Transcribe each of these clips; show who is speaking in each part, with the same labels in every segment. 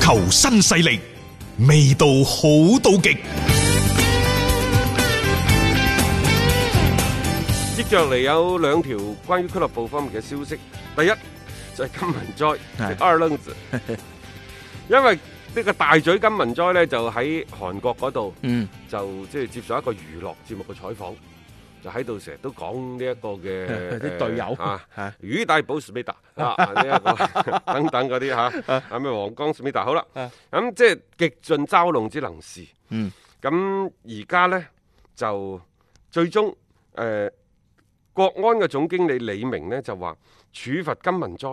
Speaker 1: 球新勢力，味道好到極。
Speaker 2: 接着嚟有兩條關於俱樂部方面嘅消息。第一就係、金文哉，
Speaker 3: 係
Speaker 2: 即阿楞子，因為呢個大嘴金文哉呢，就喺韓國嗰度
Speaker 3: 嗯，
Speaker 2: 就即係接受一個娛樂節目嘅採訪，就喺度成日都講呢一個嘅
Speaker 3: 啲隊友
Speaker 2: 呃啊
Speaker 3: 係
Speaker 2: 魚大寶史密達啊， 啊呢一個 等等嗰啲嚇，啊咩黃江史密達好啦，
Speaker 3: 啊
Speaker 2: 咁即係極盡嘲弄之能事。
Speaker 3: 嗯，
Speaker 2: 咁而家呢，就最終誒、呃、國安嘅總經理李明呢，就話處罰金文哉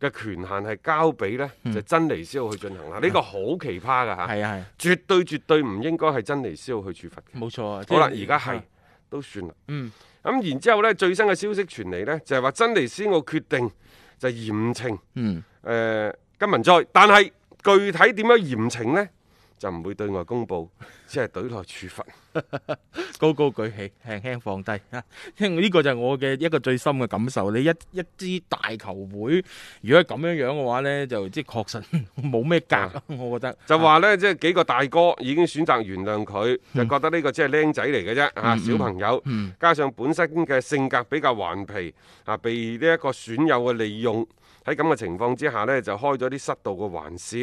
Speaker 2: 嘅權限係交俾呢，就真尼斯奧去進行啦。呢、個好奇葩㗎嚇，
Speaker 3: 嗯係啊係啊，
Speaker 2: 絕對絕對唔應該係真尼斯奧去處罰嘅。
Speaker 3: 冇錯啊。
Speaker 2: 好啦，而
Speaker 3: 即係
Speaker 2: 家係都算啦。
Speaker 3: 嗯，
Speaker 2: 咁然之後呢，最新嘅消息傳嚟呢，就係話真尼斯奧決定就嚴懲誒、
Speaker 3: 嗯，
Speaker 2: 呃金文哉，但係具體點樣嚴懲呢？就唔會對外公佈，只係隊內處罰。
Speaker 3: 高高舉起，輕輕放低 啊！因為呢個就係我嘅一個最深嘅感受。你一一支大球會，如果係咁樣樣嘅話呢，就即係確實 冇咩格，我覺得
Speaker 2: 就話呢，即係幾個大哥已經選擇原諒佢，就覺得呢個只係僆仔嚟嘅啫，啊小朋友，加上本身嘅性格比較頑皮，啊被呢一個損友嘅利用，喺咁嘅情況之下呢，就開咗啲失道嘅玩笑，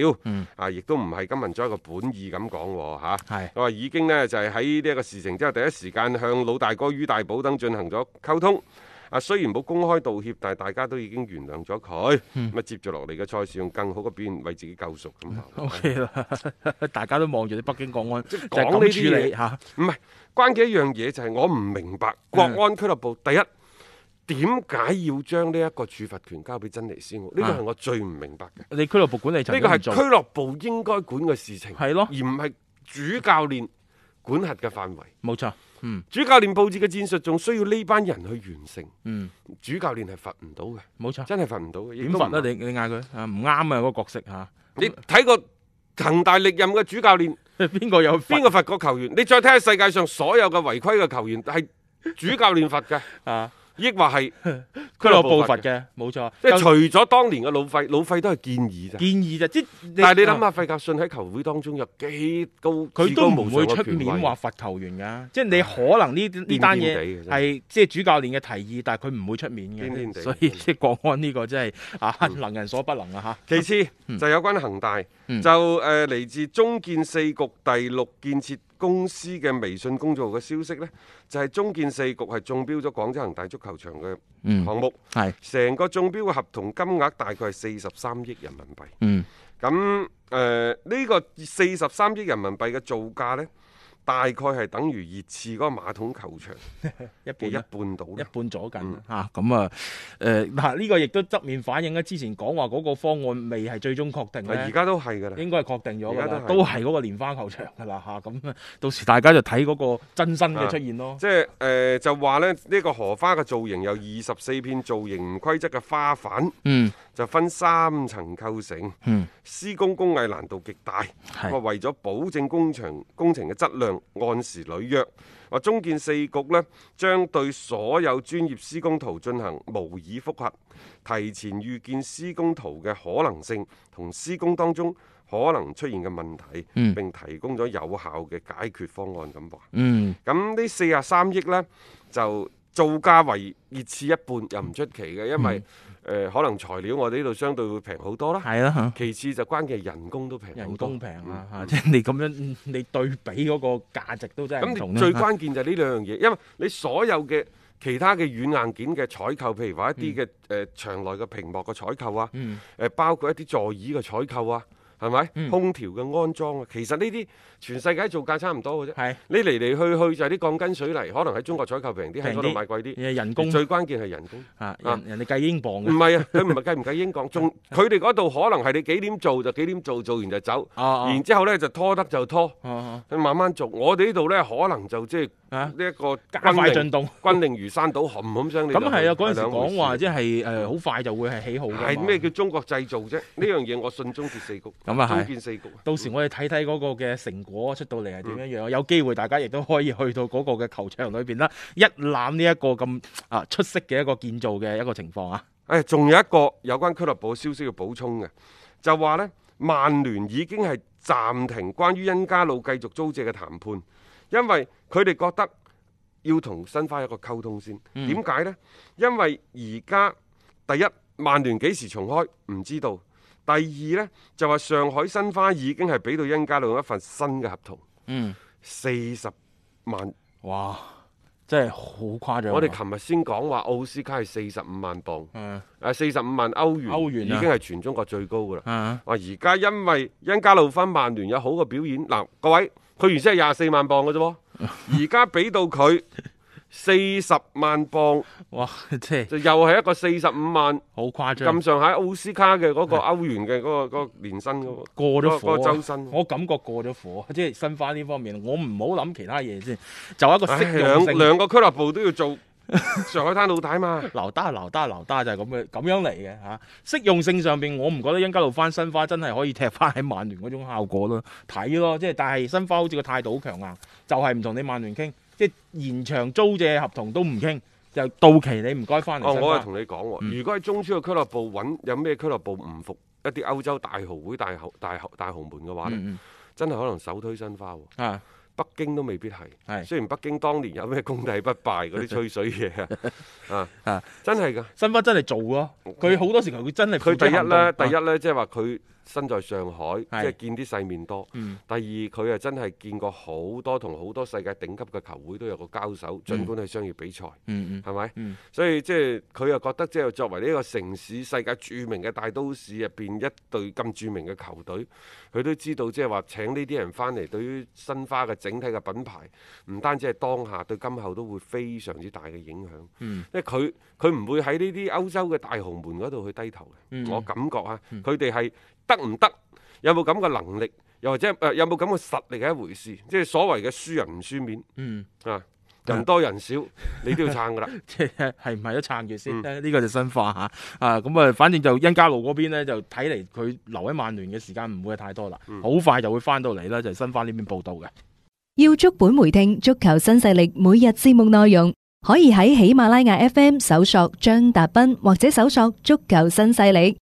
Speaker 2: 啊亦都唔係金文章嘅本意咁講喎嚇。
Speaker 3: 係
Speaker 2: 佢話已經呢，就係喺呢一個事情之後，第一時間向老大哥于大寶等進行咗溝通。啊，雖然冇公開道歉，但係大家都已經原諒咗佢。咁啊、接住落嚟嘅賽事用更好嘅表現為自己救贖咁話。
Speaker 3: OK 啦。 大家都望住你北京國安，就係
Speaker 2: 講呢啲
Speaker 3: 咁處理
Speaker 2: 嘢
Speaker 3: 嚇。
Speaker 2: 唔係關鍵一樣嘢就係我唔明白國
Speaker 3: 嗯
Speaker 2: 安俱樂部第一點解要將呢一個處罰權交俾真尼斯奧？呢
Speaker 3: 啊
Speaker 2: 個係我最唔明白嘅。
Speaker 3: 你俱樂部管理層
Speaker 2: 呢個係
Speaker 3: 都唔做
Speaker 2: 俱樂部應該管嘅事情，
Speaker 3: 係咯
Speaker 2: 而唔係主教練管轄嘅範圍。
Speaker 3: 冇錯，嗯
Speaker 2: 主教練佈置嘅戰術仲需要呢班人去完成，
Speaker 3: 嗯，
Speaker 2: 主教練係罰唔到嘅，
Speaker 3: 冇錯。
Speaker 2: 真係罰唔到嘅。亦
Speaker 3: 點
Speaker 2: 都
Speaker 3: 罰
Speaker 2: 唔
Speaker 3: 啊？你你嗌佢啊？唔啱啊！嗰個角色嚇，
Speaker 2: 你睇過恒大歷任嘅主教練？
Speaker 3: 邊個有
Speaker 2: 邊
Speaker 3: 邊
Speaker 2: 個罰過球員？你再睇下世界上所有嘅違規嘅球員係主教練罰嘅，
Speaker 3: 個啊？
Speaker 2: 抑或 係
Speaker 3: 俱
Speaker 2: 俱
Speaker 3: 樂
Speaker 2: 樂
Speaker 3: 部
Speaker 2: 部
Speaker 3: 罰
Speaker 2: 罰嘅？
Speaker 3: 嘅，冇錯。
Speaker 2: 即係
Speaker 3: 就
Speaker 2: 除咗當年嘅老費，老費都係建議咋。
Speaker 3: 建議就即
Speaker 2: 但係你諗
Speaker 3: 啊
Speaker 2: 下，費格遜喺球會當中有幾高，
Speaker 3: 佢
Speaker 2: 至
Speaker 3: 都
Speaker 2: 高
Speaker 3: 唔
Speaker 2: 無上
Speaker 3: 會
Speaker 2: 嘅
Speaker 3: 出
Speaker 2: 權威
Speaker 3: 面話罰球員㗎，即係你可能呢呢單
Speaker 2: 癲癲地
Speaker 3: 嘢
Speaker 2: 嘅真係
Speaker 3: 係即係主教練嘅提議，但係佢唔會出面
Speaker 2: 癲
Speaker 3: 嘅，
Speaker 2: 癲地嗯
Speaker 3: 所以即係國安呢個真係啊能人所不能啊嚇。
Speaker 2: 其次就有關恒大，
Speaker 3: 嗯
Speaker 2: 就誒嚟、自中建四局第六建設公司嘅微信公眾號嘅消息呢就係、中建四局係中標咗廣州恒大足球場嘅
Speaker 3: 嗯
Speaker 2: 項目，
Speaker 3: 係
Speaker 2: 成、個中標嘅合同金額大概係四十三億人民幣。
Speaker 3: 嗯
Speaker 2: 咁誒呢個四十三億人民幣嘅造價呢，大概係等於熱刺嗰個馬桶球場
Speaker 3: 一
Speaker 2: 嘅
Speaker 3: 半
Speaker 2: 一
Speaker 3: 啦
Speaker 2: 半到啦
Speaker 3: 一半左近
Speaker 2: 嗯
Speaker 3: 嚇，咁啊誒嗱呢個亦都側面反映咧，之前講話嗰個方案未係最終確定
Speaker 2: 啊
Speaker 3: 咧
Speaker 2: 而。家都係㗎啦。
Speaker 3: 應該係確定咗㗎
Speaker 2: 而
Speaker 3: 啦
Speaker 2: 家，都
Speaker 3: 都
Speaker 2: 係
Speaker 3: 係嗰個蓮花球場㗎啦嚇，咁 到時大家就睇嗰個真身嘅出現咯。
Speaker 2: 啊即係誒、呃就話咧，呢、呢個荷花嘅造型由二十四片造型唔規則嘅花瓣，
Speaker 3: 嗯
Speaker 2: 就分三層構成，
Speaker 3: 嗯，
Speaker 2: 施工工藝難度極大。咁啊，
Speaker 3: 係
Speaker 2: 為咗保證工程工程嘅質量按時履約，話中建四局呢將對所有專業施工圖進行模擬複核，提前預見施工圖嘅可能性同施工當中可能出現嘅問題，
Speaker 3: 嗯
Speaker 2: 並提供咗有效嘅解決方案咁話。
Speaker 3: 嗯。
Speaker 2: 咁呢四十三億呢，就造價為熱刺一半，又唔出奇嘅，因為誒、呃可能材料我哋呢度相對會平好多啦。
Speaker 3: 嗯係啦嚇，
Speaker 2: 其次就關鍵係人工都平好多，
Speaker 3: 人工平啊
Speaker 2: 嗯
Speaker 3: 嚇，即係你咁樣嗯你對比嗰個價值都真係唔
Speaker 2: 咁
Speaker 3: 同
Speaker 2: 你
Speaker 3: 啦
Speaker 2: 最
Speaker 3: 嚇
Speaker 2: 關鍵就係呢兩樣嘢，因為你所有嘅其他嘅軟硬件嘅採購，譬如話一啲嘅誒場內嘅屏幕嘅採購啊，誒、
Speaker 3: 嗯
Speaker 2: 包括一啲座椅嘅採購啊，係咪？
Speaker 3: 嗯
Speaker 2: 空調嘅安裝啊，其實呢啲全世界造價差唔多嘅啫。
Speaker 3: 係
Speaker 2: 你嚟嚟去去就係啲鋼筋水泥，可能喺中國採購平啲，喺
Speaker 3: 平
Speaker 2: 嗰
Speaker 3: 啲
Speaker 2: 度買貴啲。
Speaker 3: 誒人工
Speaker 2: 最關鍵係人 工，
Speaker 3: 嚇，
Speaker 2: 啊
Speaker 3: 人人哋計英鎊
Speaker 2: 唔
Speaker 3: 嘅，
Speaker 2: 係啊，佢唔係計唔計英鎊， 仲佢哋嗰度可能係你幾點做就幾點做，做完就走，
Speaker 3: 哦哦
Speaker 2: 然之後呢就拖得就拖。
Speaker 3: 哦
Speaker 2: 佢慢慢做，我哋呢度呢，可能就即係
Speaker 3: 啊
Speaker 2: 呢一個
Speaker 3: 加快進度
Speaker 2: 軍令如山倒，冚冚聲你
Speaker 3: 咁
Speaker 2: 就
Speaker 3: 係啊！嗰陣時
Speaker 2: 兩回事
Speaker 3: 講話即係誒好快就會係起好嘅，
Speaker 2: 係咩？叫中國製造啫？呢樣嘢我信中建四局，
Speaker 3: 咁啊係
Speaker 2: 中建四局。
Speaker 3: 到時我哋睇睇嗰個嘅成果出到嚟係點
Speaker 2: 嗯
Speaker 3: 樣樣，有機會大家亦都可以去到嗰個嘅球場裏邊啦，一覽呢一個咁啊出色嘅一個建造嘅一個情況啊！
Speaker 2: 哎誒，仲有一個有關俱樂部消息要補充嘅，就話呢，曼聯已經係暫停關於恩加路繼續租借嘅談判，因為佢哋覺得要同申花有一個溝通先。
Speaker 3: 嗯
Speaker 2: 點解呢？因為而家第一，曼聯幾時重開唔知道；第二呢，就話上海申花已經係俾到恩加路一份新嘅合同，
Speaker 3: 嗯，
Speaker 2: 四十萬。
Speaker 3: 哇，真係好誇張啊。
Speaker 2: 我哋琴日先講話奧斯卡係四十五萬磅，
Speaker 3: 嗯
Speaker 2: 誒啊四十五萬歐元，
Speaker 3: 歐元啊
Speaker 2: 已經係全中國最高㗎啦。
Speaker 3: 啊
Speaker 2: 話而家因為恩加路芬曼聯有好嘅表演，嗱各位，佢原先係廿四萬磅嘅啫 喎，而家俾到佢四十萬磅，
Speaker 3: 哇， 真係
Speaker 2: 就又係一個四十五萬
Speaker 3: 好誇
Speaker 2: 咁
Speaker 3: 張，
Speaker 2: 上下奧斯卡嘅嗰個歐元嘅嗰、個嗰、個年薪嗰、個
Speaker 3: 過咗
Speaker 2: 嗰
Speaker 3: 火啊
Speaker 2: 個周薪。
Speaker 3: 我感覺過咗火，啊 即係申花呢方面，我唔好諗其他嘢先，就一個
Speaker 2: 唉，
Speaker 3: 適
Speaker 2: 兩
Speaker 3: 用性。
Speaker 2: 兩個俱樂部都要 做上海灘老大嘛。
Speaker 3: 留單留單留單就係咁嘅咁樣嚟嘅嚇，適用性上邊我唔覺得恩加路翻申花真係可以踢翻喺曼聯嗰種效果咯，睇咯，即係但係申花好似個態度好強硬，就係唔同你曼聯傾，即係延長租借合同都唔傾，就到期你唔該翻嚟
Speaker 2: 哦，
Speaker 3: 申
Speaker 2: 我係
Speaker 3: 花。
Speaker 2: 同你講
Speaker 3: 嗯
Speaker 2: 喎，如果喺中超嘅俱樂部揾有咩俱樂部唔服一啲歐洲大豪會、大豪、大豪、大豪門嘅話咧，
Speaker 3: 嗯
Speaker 2: 真係可能首推申花喎。
Speaker 3: 嗯啊，
Speaker 2: 北京都未必係。
Speaker 3: 係
Speaker 2: 雖然北京當年有咩公體不敗嗰啲吹水 嘢啊，
Speaker 3: 啊
Speaker 2: 啊，真係㗎。
Speaker 3: 申花真係做咯，佢好多時候佢真係
Speaker 2: 嗯佢
Speaker 3: 付
Speaker 2: 第
Speaker 3: 出
Speaker 2: 一呢，
Speaker 3: 行
Speaker 2: 第
Speaker 3: 動
Speaker 2: 一呢，即係話佢身在上海，
Speaker 3: 啊係
Speaker 2: 即係見啲世面多。
Speaker 3: 嗯
Speaker 2: 第二，佢啊真係見過好多同好多世界頂級嘅球會都有個交手，
Speaker 3: 嗯
Speaker 2: 儘管係商業比賽，
Speaker 3: 嗯
Speaker 2: 係咪？
Speaker 3: 嗯
Speaker 2: 所以即係佢又覺得，即係作為呢個城市世界著名嘅大都市入邊一隊咁著名嘅球隊，佢都知道即係話請呢啲人翻嚟，對於申花嘅整體嘅品牌，唔單止係當下，對今後都會非常之大嘅影響。
Speaker 3: 嗯
Speaker 2: 因為佢佢唔會喺呢啲歐洲嘅大豪門嗰度去低頭嘅。
Speaker 3: 嗯
Speaker 2: 我感覺啊
Speaker 3: 嗯，
Speaker 2: 佢哋係得唔得，有冇咁嘅能力，又或者誒、呃有冇咁嘅實力係一回事。即係所謂嘅輸人唔輸面
Speaker 3: 嗯，
Speaker 2: 啊，人多人 少，你都要撐㗎啦。
Speaker 3: 即係係唔係都撐住先
Speaker 2: 嗯
Speaker 3: 呢個就申花嚇啊！咁啊，反正就恩加路嗰邊咧，就睇嚟佢留喺曼聯嘅時間唔會係太多啦，
Speaker 2: 嗯
Speaker 3: 好、快就會翻到嚟啦，就係申花呢邊報道嘅。
Speaker 4: 要足本回聽足球新勢力每日節目內容，可以喺喜馬拉雅 FM 搜索張達斌或者搜索足球新勢力。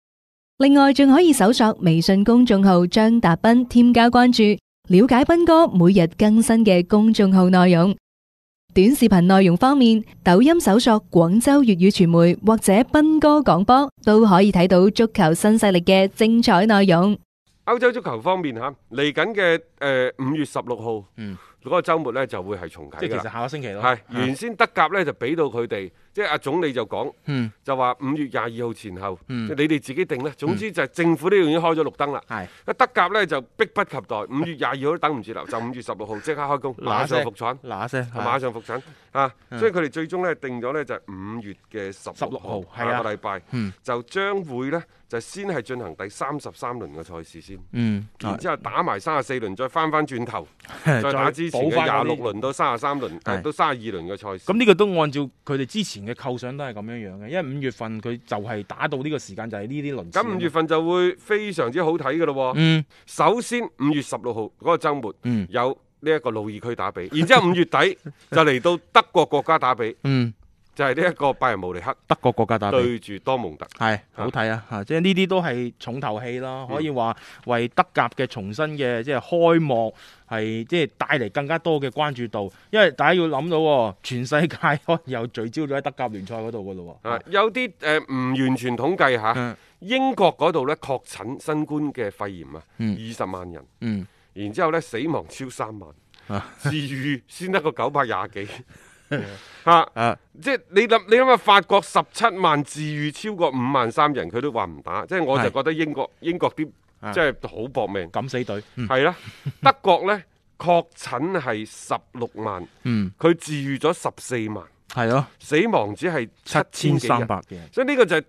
Speaker 4: 另外，仲可以搜索微信公眾號張達斌，添加關注，了解斌哥每日更新嘅公眾號內容。短視頻內容方面，抖音搜索廣州粵語傳媒或者斌哥廣播，都可以睇到足球新勢力嘅精彩內容。
Speaker 2: 歐洲足球方面嚇，嚟緊嘅誒五月十六號，嗰、
Speaker 3: 嗯
Speaker 2: 個週末呢就會係重
Speaker 3: 即
Speaker 2: 啟
Speaker 3: 係其
Speaker 2: 㗎
Speaker 3: 實
Speaker 2: 啦。
Speaker 3: 下個星期咯。
Speaker 2: 係
Speaker 3: 啊
Speaker 2: 原先德甲呢就俾到佢哋，即係阿總理就講
Speaker 3: 嗯
Speaker 2: 就話五月廿二號前後，
Speaker 3: 嗯
Speaker 2: 即係你哋自己定啦。總之就係政府呢度已經開咗綠燈啦。
Speaker 3: 係
Speaker 2: 德甲呢就迫不及待，五月廿二號都等唔住啦，就五月十六號即刻開工，馬上復產，
Speaker 3: 嗱一聲，係
Speaker 2: 馬上復產啊！
Speaker 3: 嗯
Speaker 2: 所以佢哋最終呢定咗呢就係五月嘅十六號
Speaker 3: 16，號係啊
Speaker 2: 下個禮拜
Speaker 3: 嗯
Speaker 2: 就將會呢，就先係進行第三十三輪嘅賽事先。
Speaker 3: 嗯，
Speaker 2: 然
Speaker 3: 啊
Speaker 2: 之後打埋三十四輪，再翻翻轉頭，再打之前
Speaker 3: 補
Speaker 2: 嘅
Speaker 3: 返
Speaker 2: 廿
Speaker 3: 嗰
Speaker 2: 六
Speaker 3: 啲
Speaker 2: 輪到三十三輪，
Speaker 3: 係
Speaker 2: 誒到三十二輪嘅賽事。
Speaker 3: 咁呢個都按照佢哋之前嘅構想都係咁樣樣嘅，因為五月份佢就係打到呢個時間就係呢啲輪次啊嘛。
Speaker 2: 咁五月份就會非常之好睇嘅咯喎。
Speaker 3: 嗯
Speaker 2: 首先五月十六號嗰個週末
Speaker 3: 嗯
Speaker 2: 有呢一個魯爾區打比，然之後五月 底就嚟到德國國家打比，
Speaker 3: 嗯，
Speaker 2: 就係呢一個拜仁慕尼黑
Speaker 3: 德國國家打比。
Speaker 2: 對住多蒙特。
Speaker 3: 係好睇啊！嗯嚇，即係呢啲都係重頭戲啦，可以話為德甲嘅重新嘅即係開幕係即係帶嚟更加多嘅關注度，因為大家要諗到喎，全世界 可能又聚焦咗喺德甲聯賽嗰度噶咯喎。
Speaker 2: 啊，有啲誒唔完全統計下，
Speaker 3: 嗯
Speaker 2: 英國嗰度呢確診新冠嘅肺炎啊，
Speaker 3: 嗯
Speaker 2: 二十萬人。
Speaker 3: 嗯，
Speaker 2: 然之後呢，死亡超三萬
Speaker 3: 啊，
Speaker 2: 治愈先得個九百廿 幾，嚇！
Speaker 3: 啊
Speaker 2: 即係你諗你諗下，法國十七萬治愈超過五萬三人，佢都話唔打，即係我就
Speaker 3: 係
Speaker 2: 覺得英國英國啲
Speaker 3: 啊
Speaker 2: 即係好搏命，
Speaker 3: 敢死隊。嗯
Speaker 2: 係 啦，德國呢，確診係十六萬，
Speaker 3: 嗯，
Speaker 2: 佢治愈咗十四萬，
Speaker 3: 係咯，
Speaker 2: 死亡只係
Speaker 3: 七
Speaker 2: 千
Speaker 3: 千
Speaker 2: 幾人
Speaker 3: 三百嘅。
Speaker 2: 所以呢個就係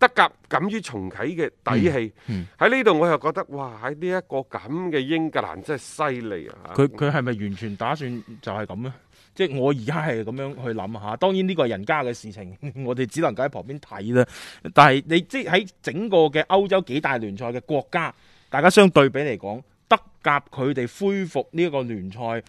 Speaker 2: 德甲敢於重啟嘅底氣
Speaker 3: 嗯嗯。
Speaker 2: 喺呢度我又覺得，哇！喺呢一個咁嘅英格蘭真係犀利啊！
Speaker 3: 佢佢係咪完全打算就係咁咧？即係我而家係咁樣去諗下，當然呢個係人家嘅事情， 我哋只能夠喺旁邊睇啦。但係你即係喺整個嘅歐洲幾大聯賽嘅國家，大家相對比嚟講，德甲佢哋恢復呢一個聯賽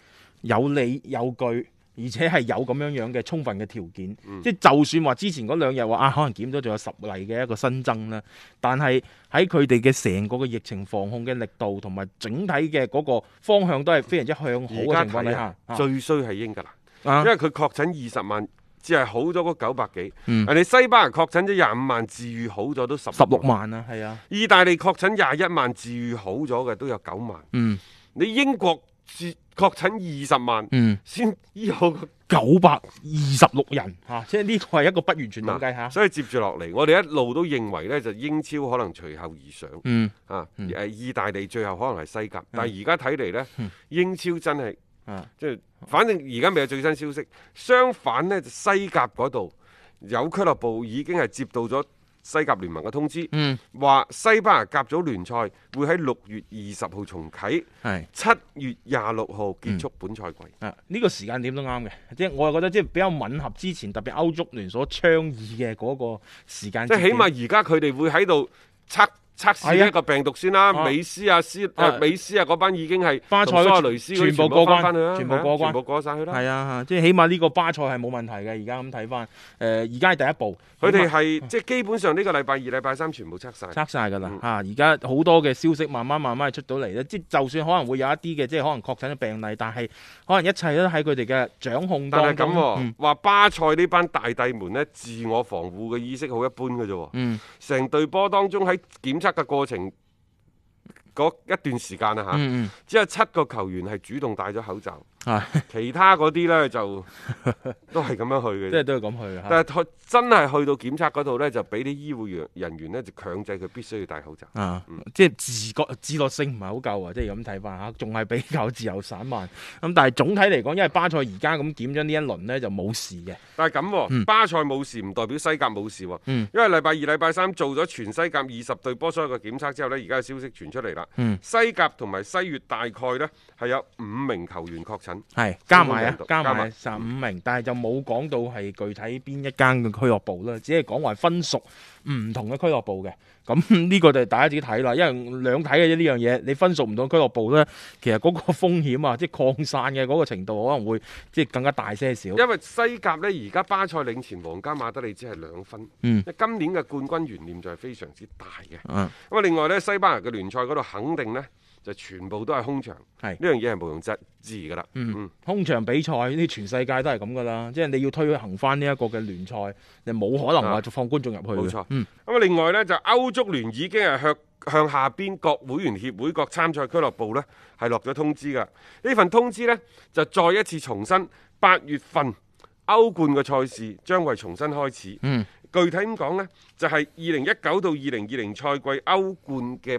Speaker 3: 有理有據，而且係有咁樣樣嘅充分嘅條件。
Speaker 2: 嗯
Speaker 3: 即係就算話之前嗰兩日話啊，可能檢咗仲有十例嘅一個新增啦，但係喺佢哋嘅成個嘅疫情防控嘅力度同埋整體嘅嗰個方向都係非常之向好嘅情況底下，啊
Speaker 2: 最衰係英格蘭，
Speaker 3: 啊
Speaker 2: 因為佢確診二十萬，只係好咗嗰九百幾。
Speaker 3: 嗯
Speaker 2: 人哋西班牙確診咗廿五萬，治愈好咗都十
Speaker 3: 十六。萬啊，係啊，
Speaker 2: 意大利確診廿一萬，治愈好咗嘅都有九萬。
Speaker 3: 嗯
Speaker 2: 你英國治確診二十萬，
Speaker 3: 嗯，
Speaker 2: 先醫好個
Speaker 3: 九百二十六人嚇、啊即係呢個係一個不完全統計嚇，
Speaker 2: 所以接住落嚟，我哋一路都認為呢，就英超可能隨後而上
Speaker 3: 嗯
Speaker 2: 啊。
Speaker 3: 嗯
Speaker 2: 誒，意大利最後可能係西甲，但係而家睇嚟呢，英超真係
Speaker 3: 啊
Speaker 2: 即係，反正而家未有最新消息。相反呢，就西甲嗰度有俱樂部已經係接到咗西甲聯盟嘅通知，
Speaker 3: 嗯
Speaker 2: 話西班牙甲組聯賽會喺六月二十號重啟，
Speaker 3: 係。
Speaker 2: 七月廿六號結束本賽季。
Speaker 3: 啊！呢、個時間點都啱嘅，即係我又覺得即係比較吻合之前特別歐足聯所倡議嘅嗰個時間節
Speaker 2: 即係
Speaker 3: 點。啊
Speaker 2: 起碼而家佢哋會喺度測測
Speaker 3: 係
Speaker 2: 試
Speaker 3: 啊
Speaker 2: 一個病毒先啦。
Speaker 3: 啊
Speaker 2: 美斯啊、斯
Speaker 3: 啊
Speaker 2: 誒美斯啊嗰班已經係
Speaker 3: 巴塞
Speaker 2: 同蘇亞雷斯嗰啲
Speaker 3: 全部
Speaker 2: 部
Speaker 3: 過關
Speaker 2: 翻去啦，
Speaker 3: 全部
Speaker 2: 係啊
Speaker 3: 過關
Speaker 2: 全部過晒去啦。
Speaker 3: 係啊，即係起碼呢個巴塞係冇問題嘅。而家咁睇翻，誒而家係第一步，
Speaker 2: 佢哋
Speaker 3: 起
Speaker 2: 係即係基本上呢個禮拜二、禮拜三全部測晒
Speaker 3: 碼。測晒㗎啦
Speaker 2: 嗯
Speaker 3: 嚇。啊而家好多嘅消息慢慢慢慢出到嚟咧，即係就算可能會有一啲嘅即係可能確診嘅病例，但係可能一切都喺佢哋嘅掌控
Speaker 2: 但
Speaker 3: 當
Speaker 2: 係
Speaker 3: 中。
Speaker 2: 咁
Speaker 3: 嗯
Speaker 2: 喎，話巴塞呢班大帝們呢，自我防護嘅意識好一般嘅啫喎。
Speaker 3: 嗯
Speaker 2: 成隊波當中喺檢測嘅過程嗰一段時間啊嚇，
Speaker 3: 嗯
Speaker 2: 只有七個球員係主動戴咗口 罩，
Speaker 3: 嗯，啊，
Speaker 2: 其他嗰啲呢， 就都係咁樣去嘅啫
Speaker 3: 即。係都係咁去嘅嚇。
Speaker 2: 但係佢真係去到檢測嗰度呢，就俾啲醫護人人員呢，就強制佢必須要戴口罩。
Speaker 3: 啊
Speaker 2: 嗯，
Speaker 3: 即係自覺自律性唔係好夠啊，即係咁睇法嚇，仲係比較自由散漫。咁但係總體嚟講，因為巴塞而家咁檢咗呢一輪呢，就冇事嘅。
Speaker 2: 但係咁喎、
Speaker 3: 嗯
Speaker 2: 巴塞冇事唔代表西甲冇事喎，
Speaker 3: 嗯
Speaker 2: 因為禮拜二、禮拜三做咗全西甲二十隊波所有嘅檢測之後呢，而家有消息傳出嚟啦，
Speaker 3: 嗯
Speaker 2: 西甲同埋西乙大概呢，係有五名球員確診，
Speaker 3: 係加埋啊
Speaker 2: 中，國
Speaker 3: 加
Speaker 2: 人讀
Speaker 3: 埋十五名，但係就冇講到係具體邊一間嘅俱樂部啦，只係講話分屬唔同嘅俱樂部嘅。咁 呢個就大家自己睇啦，因為兩睇嘅啫呢樣嘢。你分屬唔同嘅俱樂部呢，其實嗰個風險啊，即係擴散嘅嗰個程度可能會即係更加大些少。
Speaker 2: 因為西甲呢，而家巴塞領前皇家馬德里只係兩分，
Speaker 3: 嗯
Speaker 2: 今年嘅冠軍懸念就係非常之大嘅。
Speaker 3: 嗯
Speaker 2: 咁啊，另外呢，西班牙嘅聯賽嗰度肯定呢，就全部都係空場，
Speaker 3: 係
Speaker 2: 呢樣嘢係毋庸置疑㗎啦。嗯
Speaker 3: 空場比賽呢，全世界都係咁噶啦，即係你要推行翻呢一個嘅聯賽，你冇可能話
Speaker 2: 啊
Speaker 3: 放觀眾入去嘅。
Speaker 2: 冇錯
Speaker 3: 嗯
Speaker 2: 咁啊，另外呢，就歐足聯已經係向向下邊各會員協會、各參賽俱樂部呢係落咗通知噶。呢份通知呢，就再一次重申，八月份歐冠嘅賽事將會重新開始。
Speaker 3: 嗯，
Speaker 2: 具體咁講呢，就係二零一九到二零二零賽季歐冠嘅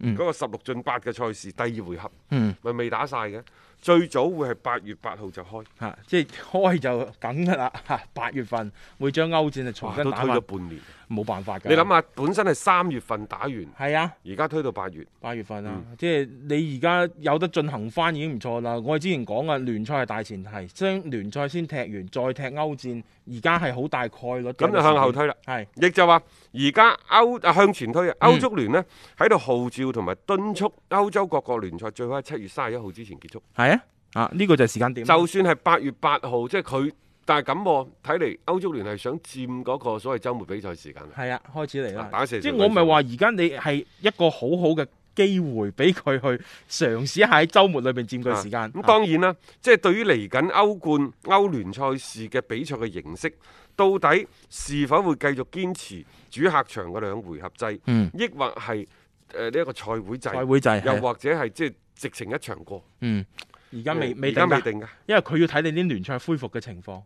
Speaker 3: 嗯
Speaker 2: 嗰個十六進八嘅賽事第二回合，
Speaker 3: 嗯。
Speaker 2: 咪未打晒嘅，最早會係八月八號就開，
Speaker 3: 嚇、即係開就梗㗎啦嚇，八、月份會將歐戰啊重
Speaker 2: 哇
Speaker 3: 新
Speaker 2: 都
Speaker 3: 打啊
Speaker 2: 推
Speaker 3: 翻
Speaker 2: 咗，半年。
Speaker 3: 冇辦法㗎。
Speaker 2: 你諗下，本身係三月份打完，
Speaker 3: 係啊，
Speaker 2: 而家推到八月。
Speaker 3: 八月
Speaker 2: 嗯
Speaker 3: 份啊，即係你而家有得進行翻已經唔錯啦。我哋之前講啊，聯賽係大前提，將聯賽先踢完，再踢歐戰，而家係好大概率嘅
Speaker 2: 咁就向後推啦。
Speaker 3: 係
Speaker 2: 亦就話，而家歐啊向前推啊，
Speaker 3: 嗯
Speaker 2: 歐足聯呢喺度號召同埋敦促歐洲各國聯賽最好喺七月三十一號之前結束。
Speaker 3: 係啊，啊呢、個就係時間點啦。
Speaker 2: 就算係八月八號，即係佢，但係咁喎睇嚟歐足聯係想佔嗰個所謂週末比賽時間啊。
Speaker 3: 係啊，開始嚟啦。
Speaker 2: 打四
Speaker 3: 即係
Speaker 2: 場
Speaker 3: 我唔係話
Speaker 2: 比
Speaker 3: 而家你係一個好好嘅機會俾佢去嘗試一下喺週末裏邊佔據
Speaker 2: 賽
Speaker 3: 時間。
Speaker 2: 啊咁當然啦，即係對於嚟緊歐冠、歐聯賽事嘅比賽嘅形式，到底是否會繼續堅持主客場嘅兩回合制，
Speaker 3: 嗯
Speaker 2: 抑或係誒呢一個賽會制，
Speaker 3: 賽會制
Speaker 2: 又
Speaker 3: 係
Speaker 2: 或者係即係直情一場過？呃
Speaker 3: 嗯，而家未未
Speaker 2: 而家
Speaker 3: 定㗎
Speaker 2: 未定㗎。
Speaker 3: 因為佢要睇你啲聯賽恢復嘅情況，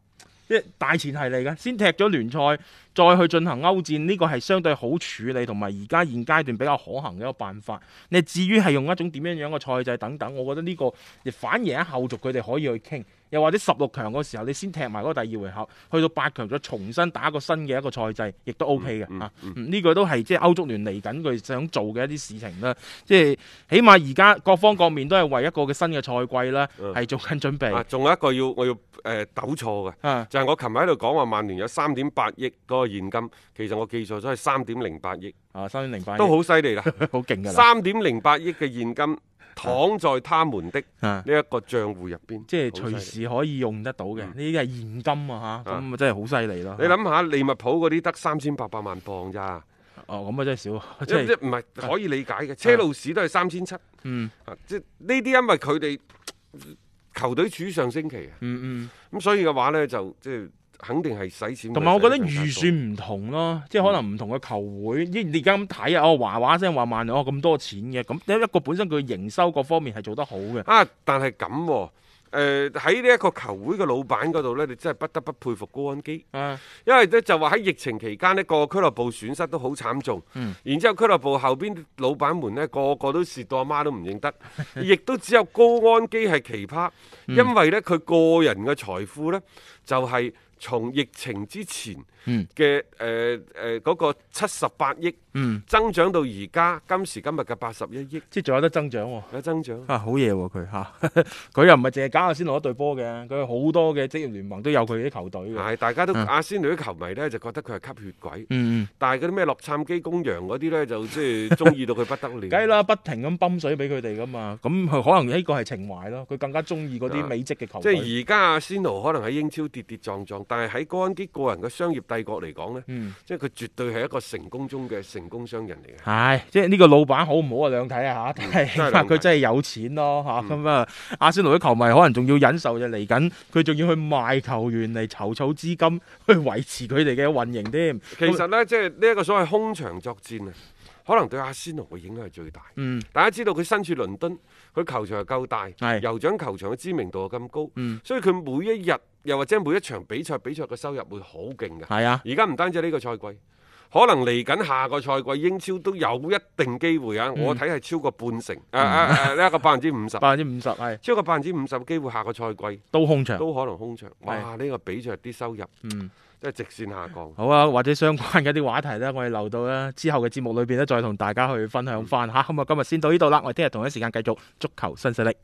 Speaker 3: 即係大前提嚟嘅。先踢咗聯賽，再去進行歐戰，呢、個係相對好處理同埋而家現階段比較可行嘅一個辦法。你至於係用一種點樣樣嘅賽制等等，我覺得呢個亦反而喺後續佢哋可以去傾。又或者十六強嗰時候，你先踢埋嗰個第二回合，去到八強再重新打個新嘅一個賽制，亦都 O K 嘅
Speaker 2: 嗯嗯
Speaker 3: 嚇。
Speaker 2: 嗯
Speaker 3: 嗯呢個都係即係歐足聯嚟緊佢想做嘅一啲事情啦。即係起碼而家各方各面都係為一個嘅新嘅賽季啦，
Speaker 2: 嗯
Speaker 3: 係做緊準備。
Speaker 2: 啊，仲有一個要我要誒、呃、糾錯嘅，
Speaker 3: 啊，
Speaker 2: 就係、我琴日喺度講話曼聯有三點八億嗰個現金，其實我記錯咗係三點零八億，
Speaker 3: 啊，三點零八
Speaker 2: 都好犀利啦！
Speaker 3: 好勁噶啦，
Speaker 2: 三點零八億嘅現金躺在他們的
Speaker 3: 啊，
Speaker 2: 呢一個帳户入邊，
Speaker 3: 即係
Speaker 2: 好犀利
Speaker 3: 隨時可以用得到嘅，呢
Speaker 2: 嗯
Speaker 3: 啲係現金啊吓，咁啊真係好犀利咯。
Speaker 2: 你諗下利物浦嗰啲得三千八百萬磅咋，
Speaker 3: 哦，咁啊 真係少，即
Speaker 2: 即
Speaker 3: 係啊
Speaker 2: 係唔係可以理解嘅。車路士都係三千七，
Speaker 3: 嗯
Speaker 2: 啊即係呢啲因為佢哋球隊處於上升期啊，
Speaker 3: 嗯
Speaker 2: 咁所以嘅話呢，就即係肯定係使錢。
Speaker 3: 嗯，同埋我覺得預，算唔同咯，即係可能唔同嘅球
Speaker 2: 嗯
Speaker 3: 會，依你而家咁睇啊，哦話話聲話萬哦咁多錢嘅，咁一個本身佢營收各方面係做得好嘅，
Speaker 2: 啊，但係咁喎。誒喺呢一個球會嘅老闆嗰度呢，你真係不得不佩服高安基。
Speaker 3: 啊
Speaker 2: 因為咧就話喺疫情期間呢個個俱樂部損失都好慘重。
Speaker 3: 嗯
Speaker 2: 然之後俱樂部後邊啲老闆們呢，個個都蝕到阿媽都唔認得，亦都只有高安基係奇葩，
Speaker 3: 嗯
Speaker 2: 因為呢，佢個人嘅財富呢，就係、從疫情之前
Speaker 3: 嗯
Speaker 2: 嘅誒誒嗰個七十八億
Speaker 3: 嗯，
Speaker 2: 增長到而家今時今日嘅八十一億
Speaker 3: 即係仲有得增長喎。
Speaker 2: 嘅增長。
Speaker 3: 啊，好 嘢喎佢嚇，佢又唔係淨係搞下先攞一隊波嘅，佢好多嘅職業聯盟都有佢啲球隊嘅。
Speaker 2: 啊係，大家都
Speaker 3: 嗯
Speaker 2: 阿仙奴啲球迷呢，就覺得佢係吸血鬼，
Speaker 3: 嗯，
Speaker 2: 但係嗰啲咩洛杉磯公羊嗰啲呢，就即 係中意到佢不得了。
Speaker 3: 梗係啦，不停咁泵水俾佢哋噶嘛，啊咁佢可能呢個係情懷咯，佢更加中意嗰啲美職嘅球
Speaker 2: 即
Speaker 3: 隊。
Speaker 2: 係而家阿仙奴可能喺英超跌跌撞撞，但係喺高安基個人嘅商業帝國嚟講呢，
Speaker 3: 嗯，
Speaker 2: 即係佢絕對係一個成功中嘅成功商人嚟嘅。
Speaker 3: 係，即係呢個老闆好唔好啊？兩睇啊嚇，但係起
Speaker 2: 真係兩
Speaker 3: 碼
Speaker 2: 睇
Speaker 3: 佢真係有錢咯嚇，
Speaker 2: 嗯
Speaker 3: 咁啊，阿仙奴啲球迷可能仲要忍受就嚟緊，佢仲要去賣球員嚟籌措資金去維持佢哋嘅運營添。
Speaker 2: 其實呢，即係呢一個所謂空場作戰啊，可能對阿仙奴嘅影響係最大。
Speaker 3: 嗯
Speaker 2: 大家知道佢身處倫敦，佢球場又夠大，
Speaker 3: 係
Speaker 2: 酋長球場嘅知名度又咁高，
Speaker 3: 嗯，
Speaker 2: 所以佢每一日又或者每一場比賽，比賽嘅收入會好勁㗎。
Speaker 3: 係啊。
Speaker 2: 而家唔單止呢個賽季，可能嚟緊下個賽季英超都有一定機會啊！我睇係超過半成，誒誒 誒呢一個百分之五十。
Speaker 3: 嗯百分之五十係
Speaker 2: 超過百分之五十嘅機會，下個賽季
Speaker 3: 都空場，
Speaker 2: 都可能空場。哇！呢個比賽啲收入
Speaker 3: 嗯。
Speaker 2: 真係直線下降。
Speaker 3: 好啊，或者相關嘅一啲話題咧，我哋留到啦之後嘅節目裏邊咧，再同大家去分享翻吓。咁啊，今日先到呢度啦，我哋聽日同一時間繼續足球新勢力。